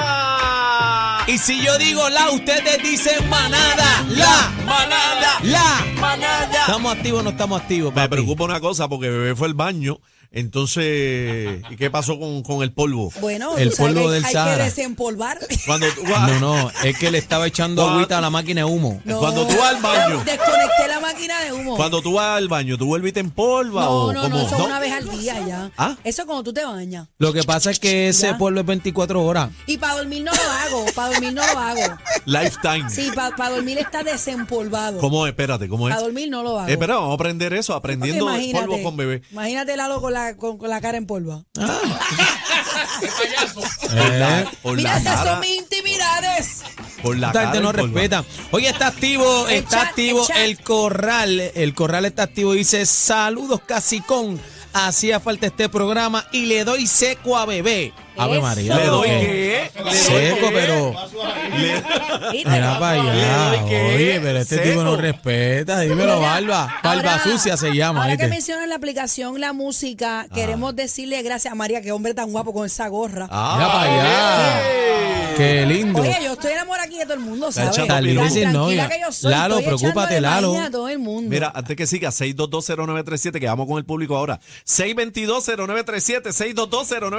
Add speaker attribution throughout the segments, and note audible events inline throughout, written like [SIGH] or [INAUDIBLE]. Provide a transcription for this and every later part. Speaker 1: Ah.
Speaker 2: si yo digo la, ustedes dicen manada. La,
Speaker 3: Manada.
Speaker 2: la.
Speaker 3: Manada.
Speaker 2: ¿Estamos activos o no estamos activos,
Speaker 3: Me
Speaker 2: papi?
Speaker 3: preocupa una cosa porque bebé fue al baño. Entonces, ¿y qué pasó con, con el polvo?
Speaker 1: Bueno,
Speaker 2: El
Speaker 1: tú sabes
Speaker 2: polvo
Speaker 1: que
Speaker 2: del
Speaker 1: hay
Speaker 2: Sahara.
Speaker 1: que desempolvar.
Speaker 3: [LAUGHS] Cuando tú vas,
Speaker 2: No, no, es que le estaba echando
Speaker 3: Cuando-
Speaker 2: agüita a la máquina de humo.
Speaker 1: No.
Speaker 3: cuando tú vas al baño,
Speaker 1: Desconecté la máquina de humo.
Speaker 3: cuando tú vas al baño, tú vuelves y te empolvas
Speaker 1: no,
Speaker 3: o
Speaker 1: no,
Speaker 3: cómo?
Speaker 1: no, eso es una vez al día ya.
Speaker 3: ¿Ah?
Speaker 1: Eso es cuando tú te bañas.
Speaker 2: Lo que pasa es que ese
Speaker 1: Ya.
Speaker 2: pueblo es 24 horas.
Speaker 1: Y para dormir no lo hago, para dormir no lo hago.
Speaker 3: Lifetime.
Speaker 1: Sí, para dormir está desempolvado.
Speaker 3: ¿Cómo es? Espérate, ¿cómo es?
Speaker 1: Para dormir no lo hago.
Speaker 3: Eh, Espera, vamos a aprender eso,
Speaker 1: Porque
Speaker 3: aprendiendo el polvo con
Speaker 2: Eh.
Speaker 3: bebé.
Speaker 1: Imagínate Lalo con la, con, con la cara en polvo.
Speaker 3: Por la, por
Speaker 1: Mira,
Speaker 3: la
Speaker 1: esas
Speaker 3: cara,
Speaker 1: son mis intimidades.
Speaker 3: por la
Speaker 2: Esta gente
Speaker 3: cara
Speaker 2: no
Speaker 3: empolvada.
Speaker 2: respeta. Oye, está activo,
Speaker 1: El
Speaker 2: está
Speaker 1: chat,
Speaker 2: activo
Speaker 1: el chat.
Speaker 2: el corral. El corral está activo. Dice, saludos, casicón. Hacía falta este programa y le doy seco a bebé. Ave
Speaker 1: Eso.
Speaker 2: María.
Speaker 3: Le doy
Speaker 2: pero
Speaker 3: que.
Speaker 2: que- Seco, pero...
Speaker 1: ¿Viste?
Speaker 2: Mira para allá.
Speaker 3: doy que-
Speaker 2: Oye, pero este tipo no
Speaker 3: seco.
Speaker 2: respeta. Dímelo, Barba. Barba
Speaker 1: Ahora-
Speaker 2: sucia se llama.
Speaker 1: Ahora que
Speaker 2: ¿viste?
Speaker 1: mencionas la aplicación, la
Speaker 3: Ah.
Speaker 1: música, queremos decirle gracias a María, que hombre tan guapo con esa gorra.
Speaker 3: Ah,
Speaker 2: Mira para allá. Qué lindo.
Speaker 1: Oye, yo estoy enamorada aquí de todo el mundo, ¿sabes?
Speaker 3: echando
Speaker 1: Tan
Speaker 3: pirujo.
Speaker 1: tranquila
Speaker 2: novia.
Speaker 1: que yo soy,
Speaker 2: Lalo,
Speaker 1: estoy
Speaker 2: preocúpate,
Speaker 1: echándole
Speaker 2: Lalo.
Speaker 1: maña a todo el mundo.
Speaker 3: Mira, antes que siga, 6220937, que vamos con el público ahora. 6220937,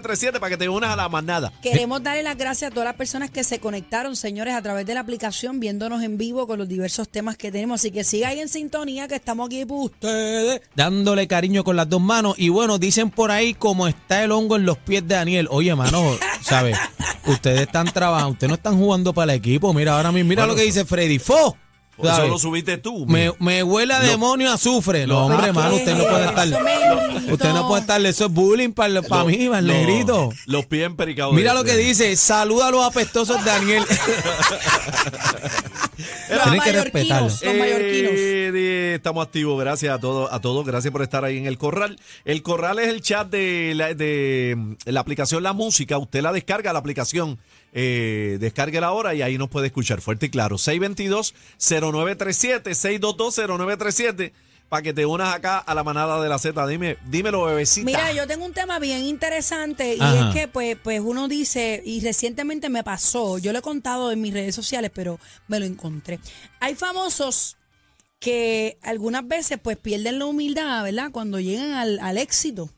Speaker 3: 6220937, para que te unas a la manada.
Speaker 1: Queremos darle las gracias a todas las personas que se conectaron, señores, a través de la aplicación, viéndonos en vivo con los diversos temas que tenemos. Así que siga ahí en sintonía, que estamos aquí pues, por ustedes.
Speaker 2: dándole cariño con las dos manos. Y bueno, dicen por ahí cómo está el hongo en los pies de Daniel. Oye, mano, ¿sabes? Ustedes están trabajando, ustedes no están jugando para el equipo. Mira, ahora mismo, mira
Speaker 3: Bueno,
Speaker 2: lo que
Speaker 3: eso-
Speaker 2: dice Freddy Fo.
Speaker 3: Eso
Speaker 2: ¿sabes?
Speaker 3: lo subiste tú.
Speaker 2: Me, me huele a
Speaker 3: Lo-
Speaker 2: demonio a azufre. No,
Speaker 3: lo-
Speaker 2: hombre,
Speaker 3: Ah,
Speaker 2: mano, usted no
Speaker 1: ¿qué
Speaker 2: puede
Speaker 1: es
Speaker 2: estar.
Speaker 1: eh, eso, bendito?
Speaker 2: Usted no puede estar. Eso es bullying para
Speaker 3: Lo-
Speaker 2: mí, para el
Speaker 3: lo-
Speaker 2: negrito.
Speaker 3: Los pies empericados.
Speaker 2: Mira
Speaker 3: de-
Speaker 2: lo que
Speaker 3: de-
Speaker 2: dice. Saluda a los apestosos, Daniel. [LAUGHS]
Speaker 1: Los
Speaker 2: Tienen que
Speaker 1: mallorquinos,
Speaker 2: respetarlo.
Speaker 1: Los
Speaker 3: Eh,
Speaker 1: mallorquinos.
Speaker 3: de- estamos activos, gracias a todos, a todos, gracias por estar ahí en el corral. El corral es el chat de la, de la aplicación La Música. Usted la descarga, la aplicación, eh, descárguela ahora y ahí nos puede escuchar fuerte y claro. 622-0937, 622-0937, para que te unas acá a la manada de la Z. Dime, dímelo, bebecita.
Speaker 1: Mira, yo tengo un tema bien interesante y
Speaker 2: Ajá.
Speaker 1: es que pues, pues uno dice, y recientemente me pasó, yo lo he contado en mis redes sociales, pero me lo encontré. Hay famosos que algunas veces pues pierden la humildad, ¿verdad? Cuando llegan al, al éxito.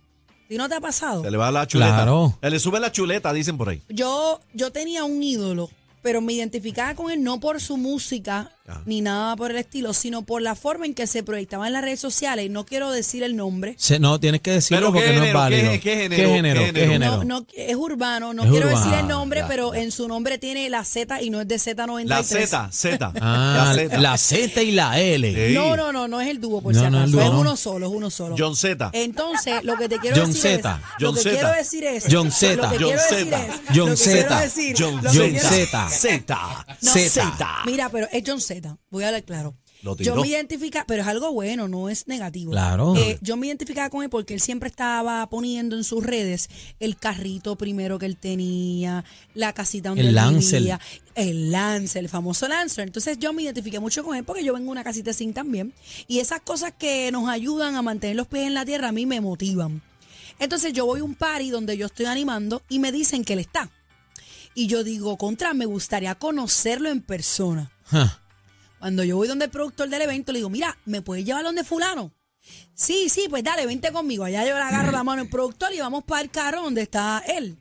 Speaker 1: ¿Y no te ha pasado?
Speaker 3: Se le va la chuleta.
Speaker 2: Claro.
Speaker 3: Se le sube la chuleta, dicen por ahí.
Speaker 1: Yo, yo tenía un ídolo, pero me identificaba con él no por su música
Speaker 3: Ajá.
Speaker 1: ni nada por el estilo, sino por la forma en que se proyectaba en las redes sociales. No quiero decir el nombre.
Speaker 2: Se- no, tienes que decirlo
Speaker 3: Pero,
Speaker 2: porque
Speaker 3: ¿qué
Speaker 2: no es
Speaker 3: género?
Speaker 2: válido.
Speaker 3: ¿Qué- qué género?
Speaker 2: ¿Qué
Speaker 3: ¿Qué
Speaker 2: género? ¿Qué
Speaker 3: género?
Speaker 2: género?
Speaker 1: No, no, es urbano, no
Speaker 2: Es
Speaker 1: quiero
Speaker 2: urbano.
Speaker 1: decir el nombre,
Speaker 3: Ya,
Speaker 1: pero
Speaker 3: ya.
Speaker 1: en su nombre tiene la Z y no es de Z93.
Speaker 3: La Z, Z.
Speaker 2: [LAUGHS] Ah,
Speaker 3: la Z. Eh.
Speaker 2: la Z y la L.
Speaker 3: Sí.
Speaker 1: No, no, no, no es el dúo, por
Speaker 2: No,
Speaker 1: si
Speaker 2: no es el
Speaker 1: acaso.
Speaker 2: dúo,
Speaker 1: es
Speaker 2: no.
Speaker 1: uno solo, es uno solo.
Speaker 3: John Z.
Speaker 1: Entonces, lo que te quiero
Speaker 2: John
Speaker 1: decir
Speaker 2: Zeta,
Speaker 1: es.
Speaker 3: John
Speaker 1: lo que
Speaker 3: Zeta.
Speaker 1: quiero decir es.
Speaker 2: John Zeta.
Speaker 1: Lo que
Speaker 3: John
Speaker 1: quiero decir
Speaker 3: Zeta.
Speaker 1: es.
Speaker 2: John
Speaker 1: lo que
Speaker 2: Zeta.
Speaker 1: quiero decir-
Speaker 3: John
Speaker 1: lo que
Speaker 2: John
Speaker 1: quiero-
Speaker 2: Zeta.
Speaker 3: Z.
Speaker 1: [LAUGHS] No,
Speaker 2: Zeta.
Speaker 1: Mira, pero es John Z. Voy a hablar claro.
Speaker 3: Lo tiró.
Speaker 1: Yo me identificaba, pero es algo bueno, no es negativo.
Speaker 2: Claro.
Speaker 1: Eh, yo me identificaba con él porque él siempre estaba poniendo en sus redes el carrito primero que él tenía, la casita donde
Speaker 2: El
Speaker 1: él
Speaker 2: Lancer.
Speaker 1: vivía, el Lancer, el famoso Lancer. Entonces yo me identifiqué mucho con él porque yo vengo de una casita sin también. Y esas cosas que nos ayudan a mantener los pies en la tierra a mí me motivan. Entonces yo voy a un party donde yo estoy animando y me dicen que él está. Y yo digo, contra, me gustaría conocerlo en persona.
Speaker 2: Ja.
Speaker 1: Cuando yo voy donde el productor del evento, le digo, mira, ¿me puedes llevar donde fulano? Sí, sí, pues dale, vente conmigo. Allá yo le agarro la mano al productor y vamos para el carro donde está él.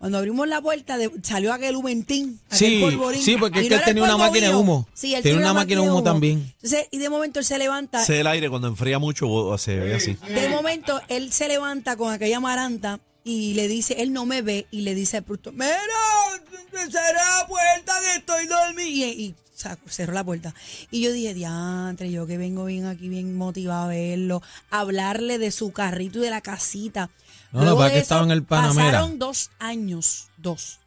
Speaker 1: Cuando abrimos la puerta, de- salió aquel humentín, aquel
Speaker 2: Sí,
Speaker 1: polvorín.
Speaker 2: sí, porque es
Speaker 1: Y
Speaker 2: que
Speaker 1: no
Speaker 2: él
Speaker 1: era el
Speaker 2: tenía una máquina de
Speaker 1: polvorín.
Speaker 2: humo.
Speaker 1: Sí, él
Speaker 2: Tenía
Speaker 1: tenía
Speaker 2: una máquina de humo también.
Speaker 1: Entonces, y de momento él se levanta.
Speaker 3: Sé el aire cuando enfría mucho bo- se ve así.
Speaker 1: De momento, él se levanta con aquella maranta y le dice, él no me ve, y le dice al productor, mira, cerrá la puerta que estoy dormido. Y, y sacó- cerró la puerta. Y yo dije, diantre, yo que vengo bien aquí, bien motivado a verlo, a hablarle de su carrito y de la casita.
Speaker 2: No, no,
Speaker 1: Luego
Speaker 2: para
Speaker 1: de
Speaker 2: que
Speaker 1: eso,
Speaker 2: estaba en el Panamera.
Speaker 1: Pasaron dos años, dos.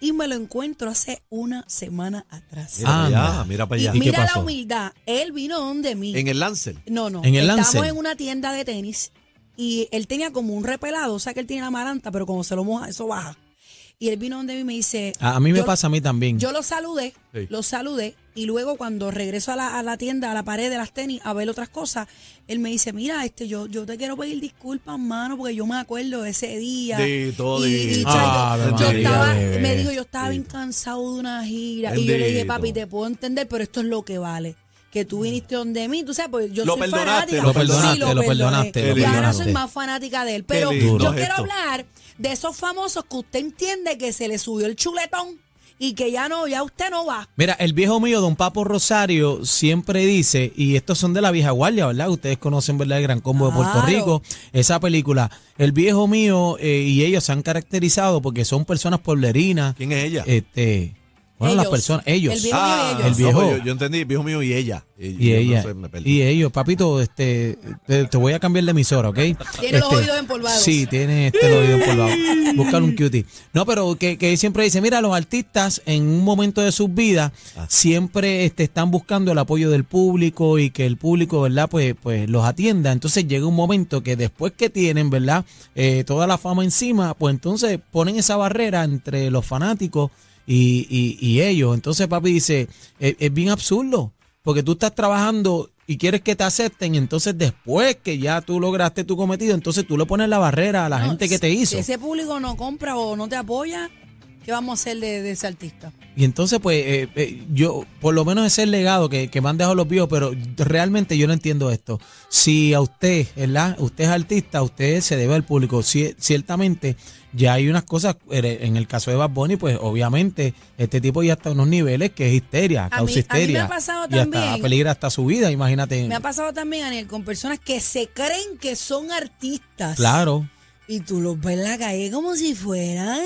Speaker 1: Y me lo encuentro hace una semana atrás.
Speaker 3: Mira para
Speaker 2: Anda.
Speaker 3: allá, mira para
Speaker 1: Ah, y
Speaker 3: allá.
Speaker 2: ¿y qué
Speaker 1: mira la
Speaker 2: pasó?
Speaker 1: humildad, él vino donde mí.
Speaker 3: En el Lancer.
Speaker 1: No, no.
Speaker 2: ¿En el
Speaker 1: Estábamos
Speaker 2: Lancel?
Speaker 1: en una tienda de tenis y él tenía como un repelado, o sea que él tiene la maranta, pero como se lo moja, eso baja. Y él vino donde mí y me dice.
Speaker 2: Ah, A, a mí me
Speaker 1: yo-
Speaker 2: pasa a mí también.
Speaker 1: Yo lo saludé,
Speaker 3: Sí.
Speaker 1: lo saludé y luego cuando regreso a la, a la tienda, a la pared de las tenis a ver otras cosas, él me dice, mira, este, yo, yo te quiero pedir disculpas, mano, porque yo me acuerdo de ese día.
Speaker 3: De todo,
Speaker 1: Y- y,
Speaker 3: de-
Speaker 1: o sea, yo-
Speaker 2: Ave
Speaker 1: yo,
Speaker 2: María,
Speaker 1: estaba,
Speaker 2: bebé.
Speaker 1: me dijo, yo estaba bien
Speaker 3: Bendito.
Speaker 1: cansado de una gira. Y yo le dije,
Speaker 3: Bendito.
Speaker 1: papi, te puedo entender, pero esto es lo que vale. Que tú viniste donde mí, tú sabes, pues yo
Speaker 3: Lo
Speaker 1: soy
Speaker 3: perdonaste,
Speaker 1: fanática.
Speaker 3: lo
Speaker 1: Sí,
Speaker 2: perdonaste, lo
Speaker 1: perdoné.
Speaker 2: perdonaste,
Speaker 3: lo
Speaker 1: Y ahora
Speaker 2: perdonaste.
Speaker 1: soy más fanática de él. Pero
Speaker 3: lindo
Speaker 1: yo
Speaker 3: es
Speaker 1: quiero
Speaker 3: esto.
Speaker 1: hablar de esos famosos que usted entiende que se le subió el chuletón y que ya no, ya usted no va.
Speaker 2: Mira, el viejo mío, don Papo Rosario, siempre dice, y estos son de la vieja guardia, ¿verdad? Ustedes conocen, ¿verdad? El Gran Combo de Puerto
Speaker 1: Claro.
Speaker 2: Rico, esa película. El viejo mío eh, y ellos se han caracterizado porque son personas pueblerinas.
Speaker 3: ¿Quién es ella?
Speaker 2: Este, bueno, las
Speaker 1: Ellos.
Speaker 2: personas, ellos.
Speaker 1: El viejo y ellos.
Speaker 2: el viejo.
Speaker 3: no, pues yo, yo entendí, viejo mío y ella.
Speaker 2: Y
Speaker 3: yo no
Speaker 2: ella,
Speaker 3: sé, me perdí.
Speaker 2: y ellos, papito, este, te, te voy a cambiar de emisora, ¿ok? Tiene
Speaker 1: los oídos empolvados.
Speaker 2: Sí, tiene este los oídos empolvados. Buscar un cutie. No, pero que, que siempre dice, mira, los artistas en un momento de sus vidas
Speaker 3: Ah.
Speaker 2: siempre este, están buscando el apoyo del público y que el público, ¿verdad? Pues, pues los atienda. Entonces llega un momento que después que tienen, ¿verdad? Eh, toda la fama encima, pues entonces ponen esa barrera entre los fanáticos y, y- y ellos. Entonces papi dice, es, es bien absurdo, porque tú estás trabajando y quieres que te acepten, entonces después que ya tú lograste tu cometido, entonces tú le pones la barrera a la
Speaker 1: No,
Speaker 2: gente que te
Speaker 1: si-
Speaker 2: hizo.
Speaker 1: Si ese público no compra o no te apoya, ¿qué vamos a hacer de, de ese artista?
Speaker 2: Y entonces, pues, eh, eh, yo, por lo menos ese es el legado que, que me han dejado los viejos, pero realmente yo no entiendo esto. Si a usted, ¿verdad? Usted es artista, usted se debe al público. Ci- ciertamente, ya hay unas cosas, eh, en el caso de Bad Bunny, pues, obviamente, este tipo ya está a unos niveles que es histeria,
Speaker 1: mí- a mí
Speaker 2: causa
Speaker 1: me ha
Speaker 2: histeria.
Speaker 1: pasado
Speaker 2: y hasta
Speaker 1: también.
Speaker 2: peligra hasta su vida, imagínate.
Speaker 1: Me ha pasado también, Daniel, con personas que se creen que son artistas.
Speaker 2: Claro.
Speaker 1: Y tú los ves en la calle como si fueran.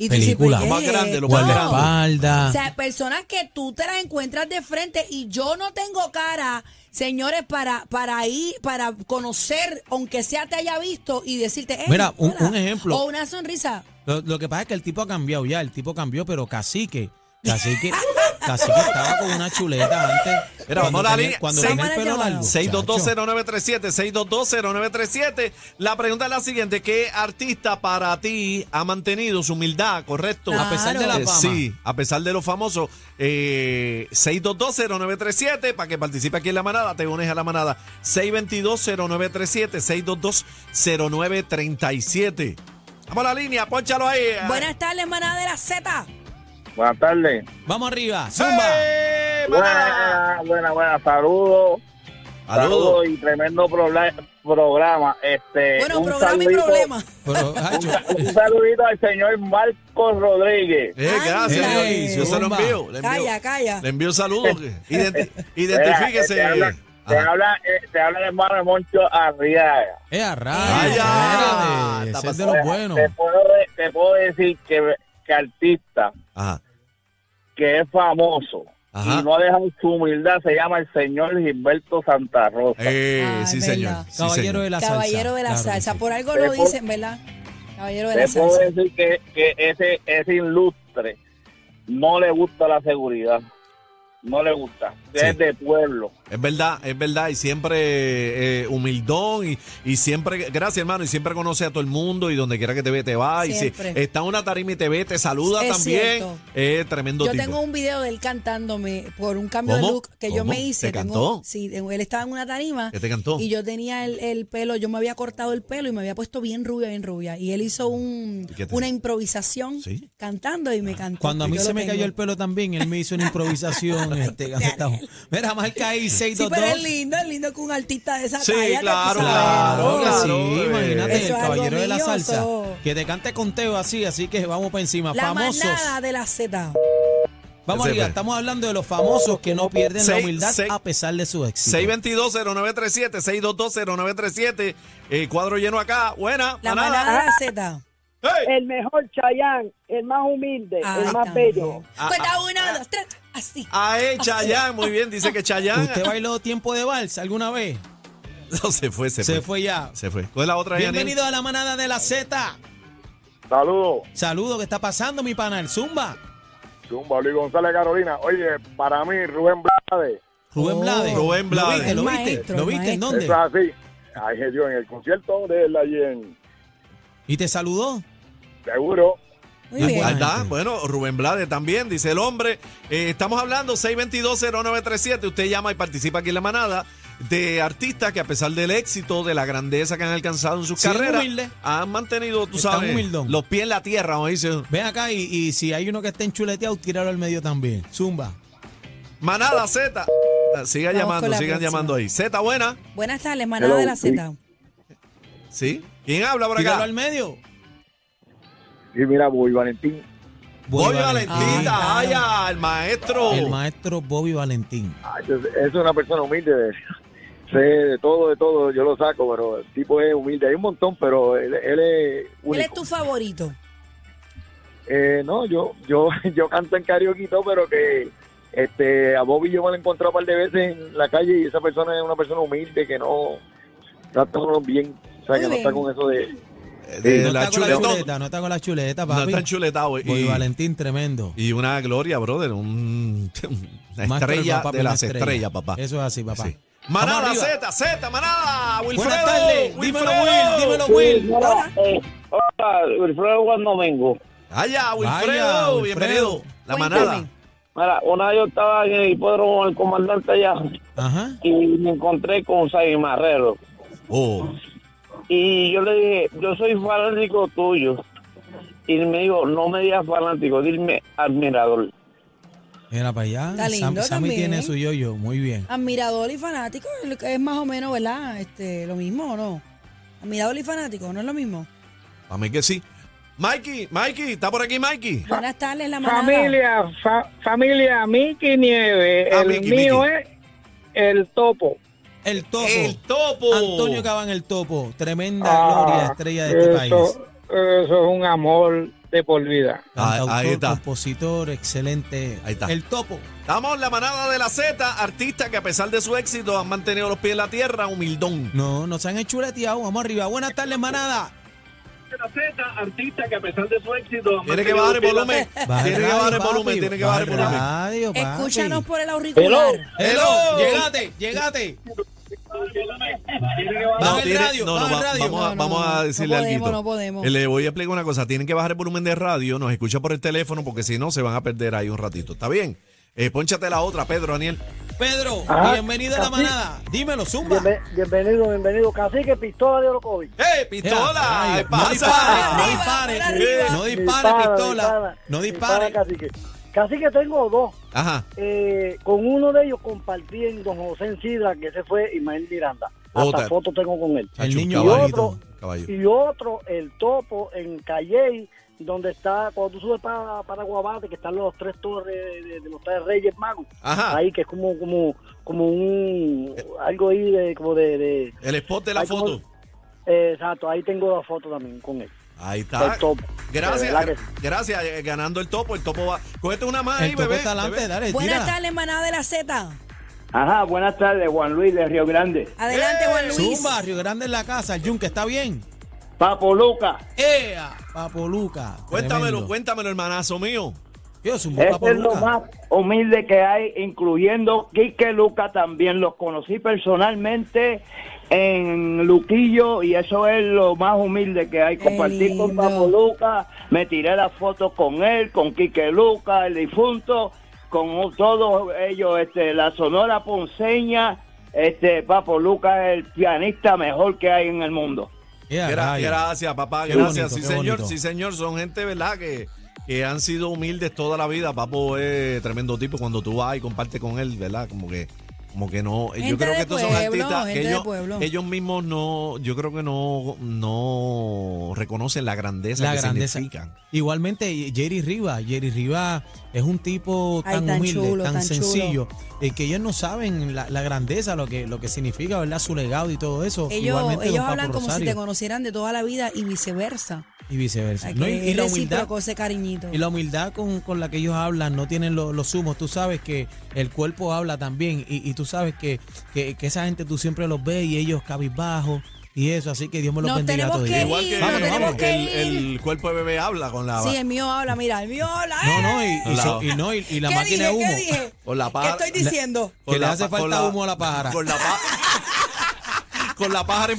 Speaker 1: Y tú
Speaker 2: Película.
Speaker 1: dices, "¿Pero qué
Speaker 3: Más
Speaker 1: es
Speaker 3: grande, los
Speaker 1: esto?".
Speaker 3: más grandes.
Speaker 2: Guardaespaldas.
Speaker 1: O sea, personas que tú te las encuentras de frente y yo no tengo cara, señores, para, para ir, para conocer, aunque sea te haya visto y decirte. "Hey,
Speaker 2: Mira, un-
Speaker 1: hola".
Speaker 2: un ejemplo.
Speaker 1: O una sonrisa.
Speaker 2: Lo, lo que pasa es que el tipo ha cambiado ya, el tipo cambió, pero cacique,
Speaker 1: [LAUGHS]
Speaker 2: cacique, cacique estaba con una chuleta antes.
Speaker 3: Mira, vamos a la línea.
Speaker 2: Cuando
Speaker 3: Seis-
Speaker 2: tenía el pelo largo.
Speaker 3: 6220937, 6220937. La pregunta es la siguiente, ¿qué artista para ti ha mantenido su humildad, correcto?
Speaker 2: A pesar de la
Speaker 3: Eh,
Speaker 2: fama.
Speaker 3: Sí, a pesar de lo famoso. Eh, 6220937, para que participe aquí en la manada, te unes a la manada. 6220937, 6220937. Vamos a la línea, ponchalo ahí. ¡Eh!
Speaker 1: Buenas tardes, manada de la Z.
Speaker 4: Eh, Buenas tardes.
Speaker 2: Vamos arriba, zumba.
Speaker 3: ¡Eh, manada!
Speaker 4: Buenas, buenas, buenas. Saludos.
Speaker 3: Saludos.
Speaker 4: y tremendo prola- programa. Este,
Speaker 1: Bueno,
Speaker 4: un
Speaker 1: programa y
Speaker 4: saludito-
Speaker 1: problema.
Speaker 2: Pero, Hacho,
Speaker 4: Un saludito al señor Marcos Rodríguez.
Speaker 3: Eh, gracias.
Speaker 2: Ándale.
Speaker 3: Yo se lo
Speaker 2: Zumba.
Speaker 3: envío. le envío.
Speaker 1: Calla, calla.
Speaker 3: Le envío saludos.
Speaker 4: [LAUGHS]
Speaker 3: Identi-
Speaker 4: Te habla,
Speaker 3: identifíquese.
Speaker 4: te
Speaker 3: Ajá.
Speaker 4: habla, eh, te habla el hermano de Moncho Arriaga.
Speaker 2: eh, a rayos,
Speaker 3: Vaya.
Speaker 2: espérate, ese
Speaker 3: Está
Speaker 2: es de
Speaker 3: pasando.
Speaker 2: los
Speaker 4: Te
Speaker 2: buenos.
Speaker 4: puedo, de- te puedo decir que, que artista
Speaker 3: Ajá.
Speaker 4: que es famoso
Speaker 3: Ajá.
Speaker 4: y no ha dejado su humildad se llama el señor Gilberto Santa Rosa.
Speaker 3: Eh,
Speaker 1: Ah,
Speaker 3: sí,
Speaker 1: es
Speaker 3: señor.
Speaker 1: verdad.
Speaker 3: Sí,
Speaker 2: Caballero
Speaker 3: señor.
Speaker 2: de la salsa.
Speaker 1: Caballero de la
Speaker 2: Claro que
Speaker 1: salsa.
Speaker 2: sí.
Speaker 1: Por algo
Speaker 4: Te
Speaker 1: lo
Speaker 4: puedo-
Speaker 1: dicen, ¿verdad? Caballero de
Speaker 4: Te
Speaker 1: la
Speaker 4: puedo
Speaker 1: salsa.
Speaker 4: decir que, que ese, ese ilustre no le gusta la seguridad. No le gusta.
Speaker 3: Sí.
Speaker 4: Es de pueblo.
Speaker 3: Es verdad, es verdad. Y siempre eh, humildón y, y siempre, gracias hermano, y siempre conoce a todo el mundo y donde quiera que te ve, te va. Y
Speaker 1: Siempre.
Speaker 3: si está en una tarima y te ve, te saluda
Speaker 1: Es
Speaker 3: también.
Speaker 1: cierto.
Speaker 3: Eh, tremendo
Speaker 1: Yo
Speaker 3: tipo.
Speaker 1: tengo un video de él cantándome por un cambio
Speaker 3: ¿Cómo?
Speaker 1: de look que yo
Speaker 3: ¿Cómo?
Speaker 1: me hice.
Speaker 3: ¿Te
Speaker 1: Tengo-
Speaker 3: cantó?
Speaker 1: sí, tengo- él estaba en una tarima
Speaker 3: ¿Qué te cantó?
Speaker 1: y yo tenía el, el pelo, yo me había cortado el pelo y me había puesto bien rubia, bien rubia. Y él hizo un,
Speaker 3: ¿Y qué te-
Speaker 1: una improvisación
Speaker 3: Sí. Ah.
Speaker 1: cantando y me cantó.
Speaker 2: Cuando a mí
Speaker 1: Yo
Speaker 2: se
Speaker 1: lo
Speaker 2: me
Speaker 1: tengo.
Speaker 2: cayó el pelo también, él me hizo una
Speaker 1: [LAUGHS]
Speaker 2: improvisación. este, gacetado. Mira, marca ahí
Speaker 1: Sí, pero es
Speaker 2: 622.
Speaker 1: lindo, es lindo que un artista de esa
Speaker 3: Sí,
Speaker 1: talla. ya tú
Speaker 3: claro,
Speaker 1: sabes.
Speaker 2: Claro que
Speaker 3: Claro,
Speaker 2: sí,
Speaker 3: bebé.
Speaker 2: imagínate el
Speaker 1: Eso es algo
Speaker 2: caballero de la
Speaker 1: mío,
Speaker 2: salsa.
Speaker 1: eso.
Speaker 2: Que te cante conteo así, así que vamos para encima.
Speaker 1: La
Speaker 2: famosos.
Speaker 1: manada de la Z.
Speaker 2: Vamos
Speaker 3: Ese
Speaker 2: arriba,
Speaker 3: fue.
Speaker 2: estamos hablando de los famosos que no pierden la
Speaker 3: Seis-
Speaker 2: humildad
Speaker 3: seis-
Speaker 2: a pesar de su éxito.
Speaker 3: 622-0937, 622-0937. Eh, cuadro lleno acá. Buena,
Speaker 1: La
Speaker 3: manada. Ah,
Speaker 1: manada de la Z.
Speaker 3: ¡Hey!
Speaker 5: el mejor Chayán, el más humilde,
Speaker 1: Ahí
Speaker 5: el más
Speaker 1: Ah, está.
Speaker 5: bello.
Speaker 3: Ah,
Speaker 1: Cuenta una, dos, tres. Así.
Speaker 3: Ahí, Chayán, muy bien, dice que Chayán.
Speaker 2: ¿Usted bailó tiempo de vals alguna vez?
Speaker 3: [LAUGHS] No, se fue, se,
Speaker 2: Se,
Speaker 3: fue.
Speaker 2: fue ya.
Speaker 3: Se fue. ¿Cuál es la otra? Daniel?
Speaker 2: Bienvenido a la manada de la Z.
Speaker 4: Saludos.
Speaker 2: Saludo, ¿qué está pasando, mi pana? El Zumba.
Speaker 4: Chumba, Luis González Carolina. Oye, para mí, Rubén Blades.
Speaker 2: Rubén
Speaker 1: Oh.
Speaker 2: Blades.
Speaker 3: Rubén Blades.
Speaker 2: ¿Lo viste? ¿Lo
Speaker 1: El
Speaker 2: viste?
Speaker 1: maestro,
Speaker 2: ¿Lo
Speaker 1: el
Speaker 2: viste? ¿En
Speaker 1: maestro.
Speaker 2: dónde?
Speaker 4: Eso es así. Ay, Dios, en el concierto de la Yen.
Speaker 2: ¿Y te saludó?
Speaker 4: Seguro.
Speaker 1: Muy bien.
Speaker 3: Ahí está. Bueno, Rubén Blade también, dice el hombre. Eh, estamos hablando 622-0937. Usted llama y participa aquí en la manada de artistas que a pesar del éxito, de la grandeza que han alcanzado en sus
Speaker 2: Sí,
Speaker 3: carreras,
Speaker 2: humilde.
Speaker 3: han mantenido, tú
Speaker 2: Están
Speaker 3: sabes,
Speaker 2: humildón.
Speaker 3: los pies en la tierra, como dicen.
Speaker 2: Ven acá y, y si hay uno que está enchuleteado, tíralo al medio también. Zumba.
Speaker 3: Manada Z. Ah, Siga
Speaker 1: Vamos con
Speaker 3: llamando,
Speaker 1: la
Speaker 3: sigan
Speaker 1: próxima.
Speaker 3: llamando ahí. Z, buena.
Speaker 1: Buenas tardes, manada
Speaker 4: Hello,
Speaker 1: de la
Speaker 4: sí.
Speaker 1: Z.
Speaker 3: ¿Sí? ¿Quién habla por
Speaker 2: Tíralo
Speaker 3: acá?
Speaker 2: al medio.
Speaker 4: Y mira, voy, Valentín.
Speaker 3: Voy
Speaker 2: Bobby Ah,
Speaker 1: Valentín.
Speaker 3: Valentita,
Speaker 1: Ay, claro.
Speaker 3: Aya, el maestro.
Speaker 2: El maestro Bobby Valentín.
Speaker 4: Ah, yo- Es una persona humilde. de- Sé de todo, de todo, yo lo saco, pero el tipo es humilde. Hay un montón, pero él, él es
Speaker 1: ¿Cuál es
Speaker 4: único.
Speaker 1: tu favorito?
Speaker 4: Eh, no, yo, yo, [LAUGHS] yo canto en karaoke, y todo, pero que este, a Bobby yo me lo he encontrado un par de veces en la calle y esa persona es una persona humilde que no trata a uno bien. O sea,
Speaker 1: Muy
Speaker 4: que no
Speaker 1: bien.
Speaker 4: está con eso de...
Speaker 3: de
Speaker 2: no
Speaker 3: Eh, la
Speaker 2: está con
Speaker 3: chuleta.
Speaker 2: la chuleta, no está con la chuleta,
Speaker 3: No
Speaker 2: papi.
Speaker 3: tan chuletado.
Speaker 2: Bobby
Speaker 3: Y,
Speaker 2: Valentín, tremendo.
Speaker 3: y una gloria, brother. un- una
Speaker 2: Maestro,
Speaker 3: estrella
Speaker 2: no, papi,
Speaker 3: de
Speaker 2: una
Speaker 3: las
Speaker 2: estrella.
Speaker 3: estrellas, papá.
Speaker 2: Eso es así, papá.
Speaker 3: Sí.
Speaker 2: Vamos
Speaker 3: Manada
Speaker 2: arriba.
Speaker 3: Z, Z, manada. Wilfredo,
Speaker 2: Buenas tardes. Dímelo,
Speaker 3: Wilfredo.
Speaker 2: Will. Dímelo, Will.
Speaker 1: Hola.
Speaker 4: eh, hola, Wilfredo Juan Domingo.
Speaker 3: Allá, Wilfredo.
Speaker 2: Vaya, Wilfredo.
Speaker 3: Bienvenido. La
Speaker 1: Cuéntame.
Speaker 3: manada.
Speaker 4: Mira, una vez yo estaba en el hipódromo del comandante allá
Speaker 2: Ajá.
Speaker 4: y me encontré con Sain Marrero.
Speaker 3: Oh,
Speaker 4: Y yo le dije, yo soy fanático tuyo. Y él me dijo, no me digas fanático, dime admirador.
Speaker 2: Mira para allá.
Speaker 1: Está lindo
Speaker 2: Sammy
Speaker 1: también.
Speaker 2: tiene su yo-yo. Muy bien.
Speaker 1: Admirador y fanático es- es más o menos, ¿verdad? Este, lo mismo, ¿o no? Admirador y fanático, ¿no es lo mismo?
Speaker 3: a mí que sí. Mikey, Mikey, está por aquí, Mikey.
Speaker 1: Buenas tardes, la manada.
Speaker 5: Familia, fa- familia Mickey Nieve.
Speaker 3: Ah,
Speaker 5: el
Speaker 3: Mickey,
Speaker 5: mío
Speaker 3: Mickey.
Speaker 5: es el topo.
Speaker 2: El topo.
Speaker 3: El topo.
Speaker 2: Antonio Cabán, el topo. Tremenda
Speaker 5: Ah,
Speaker 2: gloria, estrella de este
Speaker 5: eso,
Speaker 2: país.
Speaker 5: Eso es un amor de por vida.
Speaker 2: Cantautor,
Speaker 3: Ah, Ahí- ahí está.
Speaker 2: compositor, excelente.
Speaker 3: Ahí está.
Speaker 2: El topo.
Speaker 3: Estamos en la manada de la Z, artistas que a pesar de su éxito han mantenido los pies en la tierra, humildón.
Speaker 2: No, nos han enchuleteado. Vamos arriba. Buenas tardes, manada.
Speaker 4: Artista que a pesar de su éxito...
Speaker 3: Tiene que bajar el volumen.
Speaker 2: Baja
Speaker 3: Tiene que
Speaker 2: radio,
Speaker 3: bajar el
Speaker 2: papi.
Speaker 3: volumen. Tiene que bajar el
Speaker 2: Baja
Speaker 3: volumen.
Speaker 2: radio, papi.
Speaker 1: Escúchanos por el auricular.
Speaker 4: Hello.
Speaker 2: Hello,
Speaker 3: Hello.
Speaker 2: llegate, llegate. Baja el
Speaker 3: tiene-
Speaker 2: radio, baja el
Speaker 3: va-
Speaker 2: radio.
Speaker 3: Vamos, a,
Speaker 1: No, no,
Speaker 3: vamos
Speaker 1: no,
Speaker 3: a
Speaker 1: no
Speaker 3: decirle
Speaker 1: podemos,
Speaker 3: alguito.
Speaker 1: no podemos.
Speaker 3: Eh, Le voy a explicar una cosa. Tienen que bajar el volumen de radio, nos escucha por el teléfono, porque si no se van a perder ahí un ratito. ¿Está bien? Eh, pónchate la otra, Pedro, Daniel.
Speaker 2: Pedro,
Speaker 6: Ah,
Speaker 5: Ajá,
Speaker 2: bienvenido a la
Speaker 5: así.
Speaker 2: manada. Dímelo, zumba.
Speaker 5: bienvenido, bienvenido. Cacique, pistola de Orocovi.
Speaker 3: ¡Eh,
Speaker 2: Ea,
Speaker 3: pistola!
Speaker 2: rayo,
Speaker 3: ¿Qué
Speaker 2: No dispare,
Speaker 3: pasa?
Speaker 2: no
Speaker 1: Arriba,
Speaker 2: dispare,
Speaker 1: por arriba.
Speaker 2: no dispare, pistola. No dispare.
Speaker 5: Cacique. Cacique, tengo dos.
Speaker 3: Ajá.
Speaker 5: Eh, con uno de ellos compartí en Don José en Sidra, que ese fue Ismael Miranda. Hasta
Speaker 3: Otra.
Speaker 5: foto tengo con él.
Speaker 2: El
Speaker 3: Chacho,
Speaker 2: niño
Speaker 3: caballito,
Speaker 5: otro.
Speaker 3: caballo.
Speaker 5: Y otro, el topo en Calley, donde está, cuando tú subes para, para Guabate, que están los tres torres de, de los tres reyes magos,
Speaker 2: Ah.
Speaker 3: Ajá.
Speaker 5: ahí que es como, como, como un, algo ahí de, como de, de-
Speaker 3: El spot de la
Speaker 5: Ay, ¿cómo-
Speaker 3: foto.
Speaker 5: eh, exacto, ahí tengo la foto también con él,
Speaker 3: Ahí está.
Speaker 5: el topo.
Speaker 3: Gracias,
Speaker 5: De verdad que sí.
Speaker 3: gracias. eh, Ganando el topo, el topo va. Cogete una más ahí,
Speaker 2: El topo
Speaker 3: bebé.
Speaker 2: está adelante,
Speaker 3: bebé.
Speaker 2: dale,
Speaker 1: Buenas
Speaker 2: tira.
Speaker 1: tardes, manada de la Z.
Speaker 6: Ajá, buenas tardes, Juan Luis de Río Grande.
Speaker 1: Adelante,
Speaker 3: ¡Eh!
Speaker 1: Juan Luis.
Speaker 2: Zumba, Río Grande en la casa. El Yunque, ¿está bien?
Speaker 6: Papo Luca,
Speaker 2: ¡Ea! Papo Luca.
Speaker 3: Cuéntamelo,
Speaker 2: tremendo.
Speaker 3: cuéntamelo, hermanazo mío.
Speaker 2: Yo zumbo
Speaker 6: ese
Speaker 2: Papo
Speaker 6: Este es lo
Speaker 2: Luca.
Speaker 6: más humilde que hay, incluyendo Quique Luca también. Los conocí personalmente en Luquillo y eso es lo más humilde que hay.
Speaker 1: Qué
Speaker 6: Compartir con
Speaker 1: lindo.
Speaker 6: Papo Luca, me tiré las fotos con él, con Quique Luca, el difunto, con todos ellos, este, la Sonora Ponceña. Este Papo Luca es el pianista mejor que hay en el mundo.
Speaker 2: Ea,
Speaker 3: Gra-
Speaker 2: rayo.
Speaker 3: gracias, papá.
Speaker 2: Qué
Speaker 3: Gracias,
Speaker 2: bonito,
Speaker 3: sí,
Speaker 2: qué
Speaker 3: señor.
Speaker 2: bonito.
Speaker 3: Sí, señor. Son gente, ¿verdad? Que, que han sido humildes toda la vida. Papo es tremendo tipo. Cuando tú vas y compartes con él, ¿verdad? Como que. Como que no, eh,
Speaker 1: Gente
Speaker 3: yo creo
Speaker 1: de
Speaker 3: que estos son
Speaker 1: pueblo,
Speaker 3: artistas
Speaker 1: gente
Speaker 3: que
Speaker 1: de
Speaker 3: ellos,
Speaker 1: pueblo.
Speaker 3: ellos mismos no, yo creo que no, no reconocen la grandeza
Speaker 2: La
Speaker 3: que
Speaker 2: grandeza.
Speaker 3: significan.
Speaker 2: Igualmente, Jerry Rivas. Jerry Rivas es un tipo
Speaker 1: Ay,
Speaker 2: tan,
Speaker 1: tan
Speaker 2: humilde,
Speaker 1: chulo,
Speaker 2: tan,
Speaker 1: tan chulo.
Speaker 2: sencillo, eh, que ellos no saben la, la grandeza, lo que, lo que significa, ¿verdad? Su legado y todo eso.
Speaker 1: Ellos,
Speaker 2: Igualmente, don
Speaker 1: ellos
Speaker 2: Papo
Speaker 1: hablan como si
Speaker 2: Rosario
Speaker 1: te conocieran de toda la vida y viceversa.
Speaker 2: Y
Speaker 1: O
Speaker 2: viceversa.
Speaker 1: sea,
Speaker 2: No, y,
Speaker 1: que
Speaker 2: y
Speaker 1: es
Speaker 2: la humildad.
Speaker 1: recíproco ese cariñito.
Speaker 2: Y la humildad con, con la que ellos hablan, no tienen lo- los humos. Tú sabes que el cuerpo habla también y, y tú sabes que, que, que esa gente tú siempre los ves y ellos cabizbajos y eso. Así que Dios me los
Speaker 1: Nos
Speaker 2: bendiga a
Speaker 1: tenemos
Speaker 2: todos.
Speaker 1: que
Speaker 2: ellos.
Speaker 3: Igual
Speaker 1: ir,
Speaker 3: que,
Speaker 1: nos
Speaker 3: el-
Speaker 1: tenemos que
Speaker 3: el,
Speaker 1: ir.
Speaker 3: el cuerpo de bebé habla con la,
Speaker 1: Sí, el mío habla, mira, el mío habla.
Speaker 2: No,
Speaker 1: ¡Eh!
Speaker 2: no, y, y so- y no, y, y la
Speaker 1: ¿Qué
Speaker 2: máquina de
Speaker 1: dije?
Speaker 2: humo.
Speaker 1: ¿Qué dije?
Speaker 3: con la
Speaker 1: ¿Qué
Speaker 3: paja.
Speaker 1: estoy diciendo?
Speaker 3: con
Speaker 2: Que le hace
Speaker 3: pa- con
Speaker 2: falta humo a la pájara.
Speaker 3: Con la, pa- [LAUGHS] con la pájara en